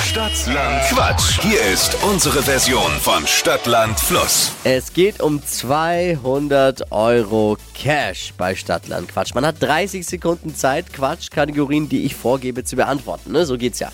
Stadtland Quatsch. Hier ist unsere Version von Stadtland Fluss. Es geht um 200 Euro Cash bei Stadtland Quatsch. Man hat 30 Sekunden Zeit, Quatschkategorien, die ich vorgebe, zu beantworten. Ne? So geht's ja.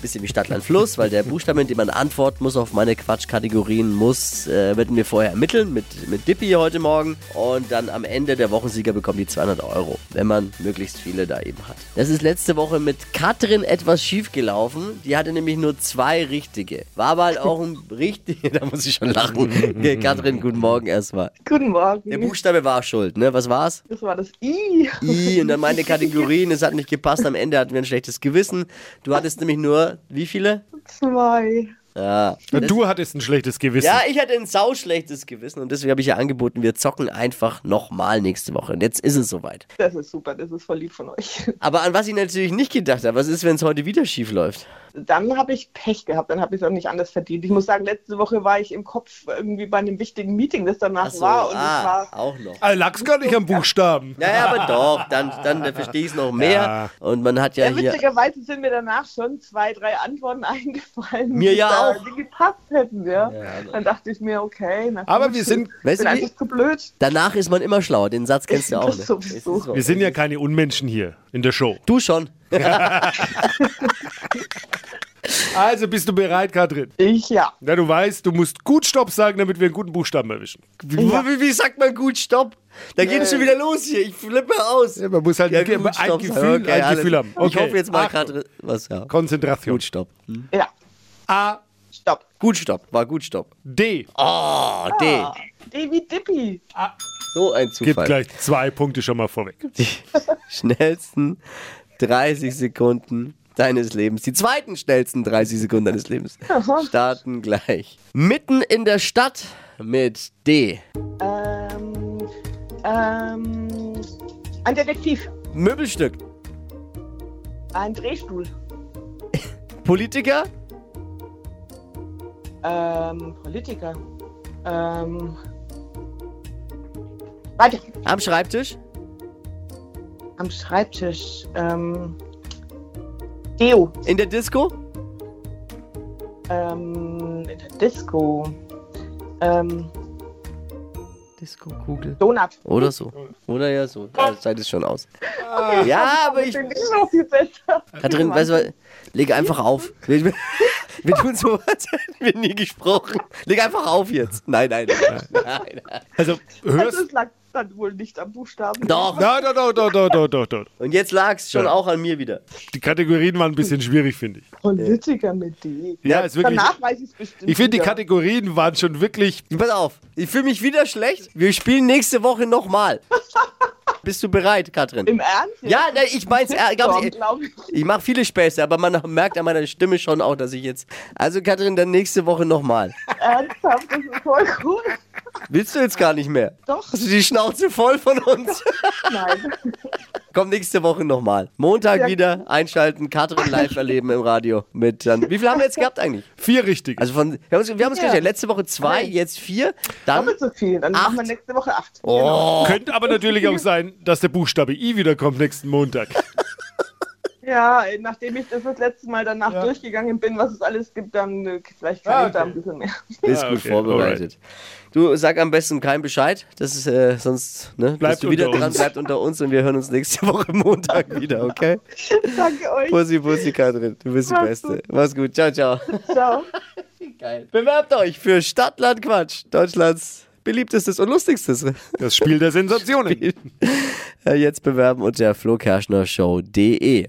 Bisschen wie Stadtland Fluss, weil der Buchstabe, mit dem man antworten muss auf meine Quatschkategorien, muss, äh, werden wir vorher ermitteln mit, mit Dippy heute Morgen. Und dann am Ende der Wochensieger bekommt die 200 Euro, wenn man möglichst viele da eben hat. Das ist letzte Woche mit Katrin etwas schief gelaufen. Die hatte nämlich nur zwei richtige. War aber halt auch ein richtig. Da muss ich schon lachen. Katrin, guten Morgen erstmal. Guten Morgen. Der Buchstabe war schuld, ne? Was war's? das war das I. I und dann meine Kategorien, es hat nicht gepasst, am Ende hatten wir ein schlechtes Gewissen. Du hattest nämlich nur, wie viele? Zwei. Ja, Du hattest ein schlechtes Gewissen. ja ich hatte ein sauschlechtes Gewissen und deswegen habe ich ja angeboten, wir zocken einfach nochmal nächste Woche. Und jetzt ist es soweit. Das ist super, das ist voll lieb von euch. Aber an was ich natürlich nicht gedacht habe, was ist, wenn es heute wieder schief läuft? Dann habe ich Pech gehabt, dann habe ich es auch nicht anders verdient. Ich muss sagen, letzte Woche war ich im Kopf irgendwie bei einem wichtigen Meeting, das danach war. Und ah, es war auch noch. Ah, lag's gar nicht am Buchstaben. Naja, aber doch, dann, dann verstehe ich es noch mehr. Ja. Und man hat ja ja, hier. witzigerweise sind mir danach schon zwei, drei Antworten eingefallen, Mir die, ja da- auch. die gepasst hätten. Ja. dann dachte ich mir, okay, na, Aber gut, wir sind- ich Weißt bin du, wie- einfach zu blöd. Danach ist man immer schlau, den Satz kennst du ja auch. Das Ne? sowieso. Es ist so. Wir sind ja keine Unmenschen hier in der Show. Du schon. Also bist du bereit, Katrin? Ich ja. Na, du weißt, du musst gut Stopp sagen, damit wir einen guten Buchstaben erwischen. Wie, wie, wie sagt man gut Stopp? Da geht's schon wieder los hier. Ich flippe aus. Ja, man muss halt Ja, ein- gut, ein stopp. Gefühl- ein alles. Gefühl haben. Ich Okay. hoffe jetzt mal Achtung. gerade. Was, ja. Konzentration. Gut, stopp. Hm. Ja. A, Stopp. Gut, stopp. War gut, stopp. D. Oh, D. Ah, Davy Dippy. So ein Gib Zufall. gleich zwei Punkte schon mal vorweg. Die schnellsten 30 Sekunden deines Lebens. Die zweiten schnellsten 30 Sekunden deines Lebens. Starten gleich. Mitten in der Stadt mit D. Ähm, ähm, ein Detektiv. Möbelstück. Ein Drehstuhl. Politiker. Ähm, Politiker. Ähm, weiter. Am Schreibtisch. Am Schreibtisch. Ähm, Deo. In der Disco. Ähm, in der Disco. Ähm, Disco-Kugel. Donut. Oder so. Oder ja so. Ja, die Zeit ist schon aus. Ja, aber ich. bin nicht aufgesetzt. Katrin, weißt du, was? leg einfach auf. Wir, wir tun so, als hätten wir nie gesprochen. Leg einfach auf jetzt. Nein, nein, nein. nein, nein. Also, Also hörst es lag dann wohl nicht am Buchstaben. Doch. Na, doch, doch, doch, doch, doch, doch, doch. Und jetzt lag's schon Ja. auch an mir wieder. Die Kategorien waren ein bisschen schwierig, finde ich. Politiker mit D. Ja, ist wirklich. Danach weiß ich es bestimmt. Ich finde, die wieder. Kategorien waren schon wirklich. Pass auf, ich fühle mich wieder schlecht. Wir spielen nächste Woche nochmal. Bist du bereit, Katrin? Im Ernst? Ja, nein, ich mein's, äh, glaub ich, glaube ich. ich mache viele Späße, aber man merkt an meiner Stimme schon auch, dass ich jetzt. Also, Katrin, dann nächste Woche nochmal. Ernsthaft, das ist voll cool. Willst du jetzt gar nicht mehr? Doch. Hast du die Schnauze voll von uns? Nein. Komm nächste Woche nochmal. Montag wieder einschalten, Katrin live erleben im Radio. Mit dann. Wie viel haben wir jetzt gehabt eigentlich? Vier richtig. Also von. Wir haben uns, wir haben uns Ja. gerechnet. Letzte Woche zwei, jetzt vier. Dann. Doppelt so viel. Dann machen wir Acht. nächste Woche acht. Genau. Oh. Könnte aber natürlich auch sein, dass der Buchstabe I wiederkommt nächsten Montag. Ja, ey, nachdem ich das, das letzte Mal danach durchgegangen bin, was es alles gibt, dann äh, vielleicht kann Ah, ich da okay. ein bisschen mehr. Bist Ah, gut okay, vorbereitet. Du sag am besten kein Bescheid, das ist äh, sonst ne, dass Bleibt du wieder unter dran uns. bleibt unter uns und wir hören uns nächste Woche Montag wieder, okay? Danke euch. Pussy, Pussy, Katrin, du bist die Mach's Beste. Mach's gut, ciao, ciao. Ciao. Geil. Bewerbt euch für Stadtland Quatsch, Deutschlands beliebtestes und lustigstes. Das Spiel der Sensationen. Äh, Jetzt bewerben unter flokerschnershow.de.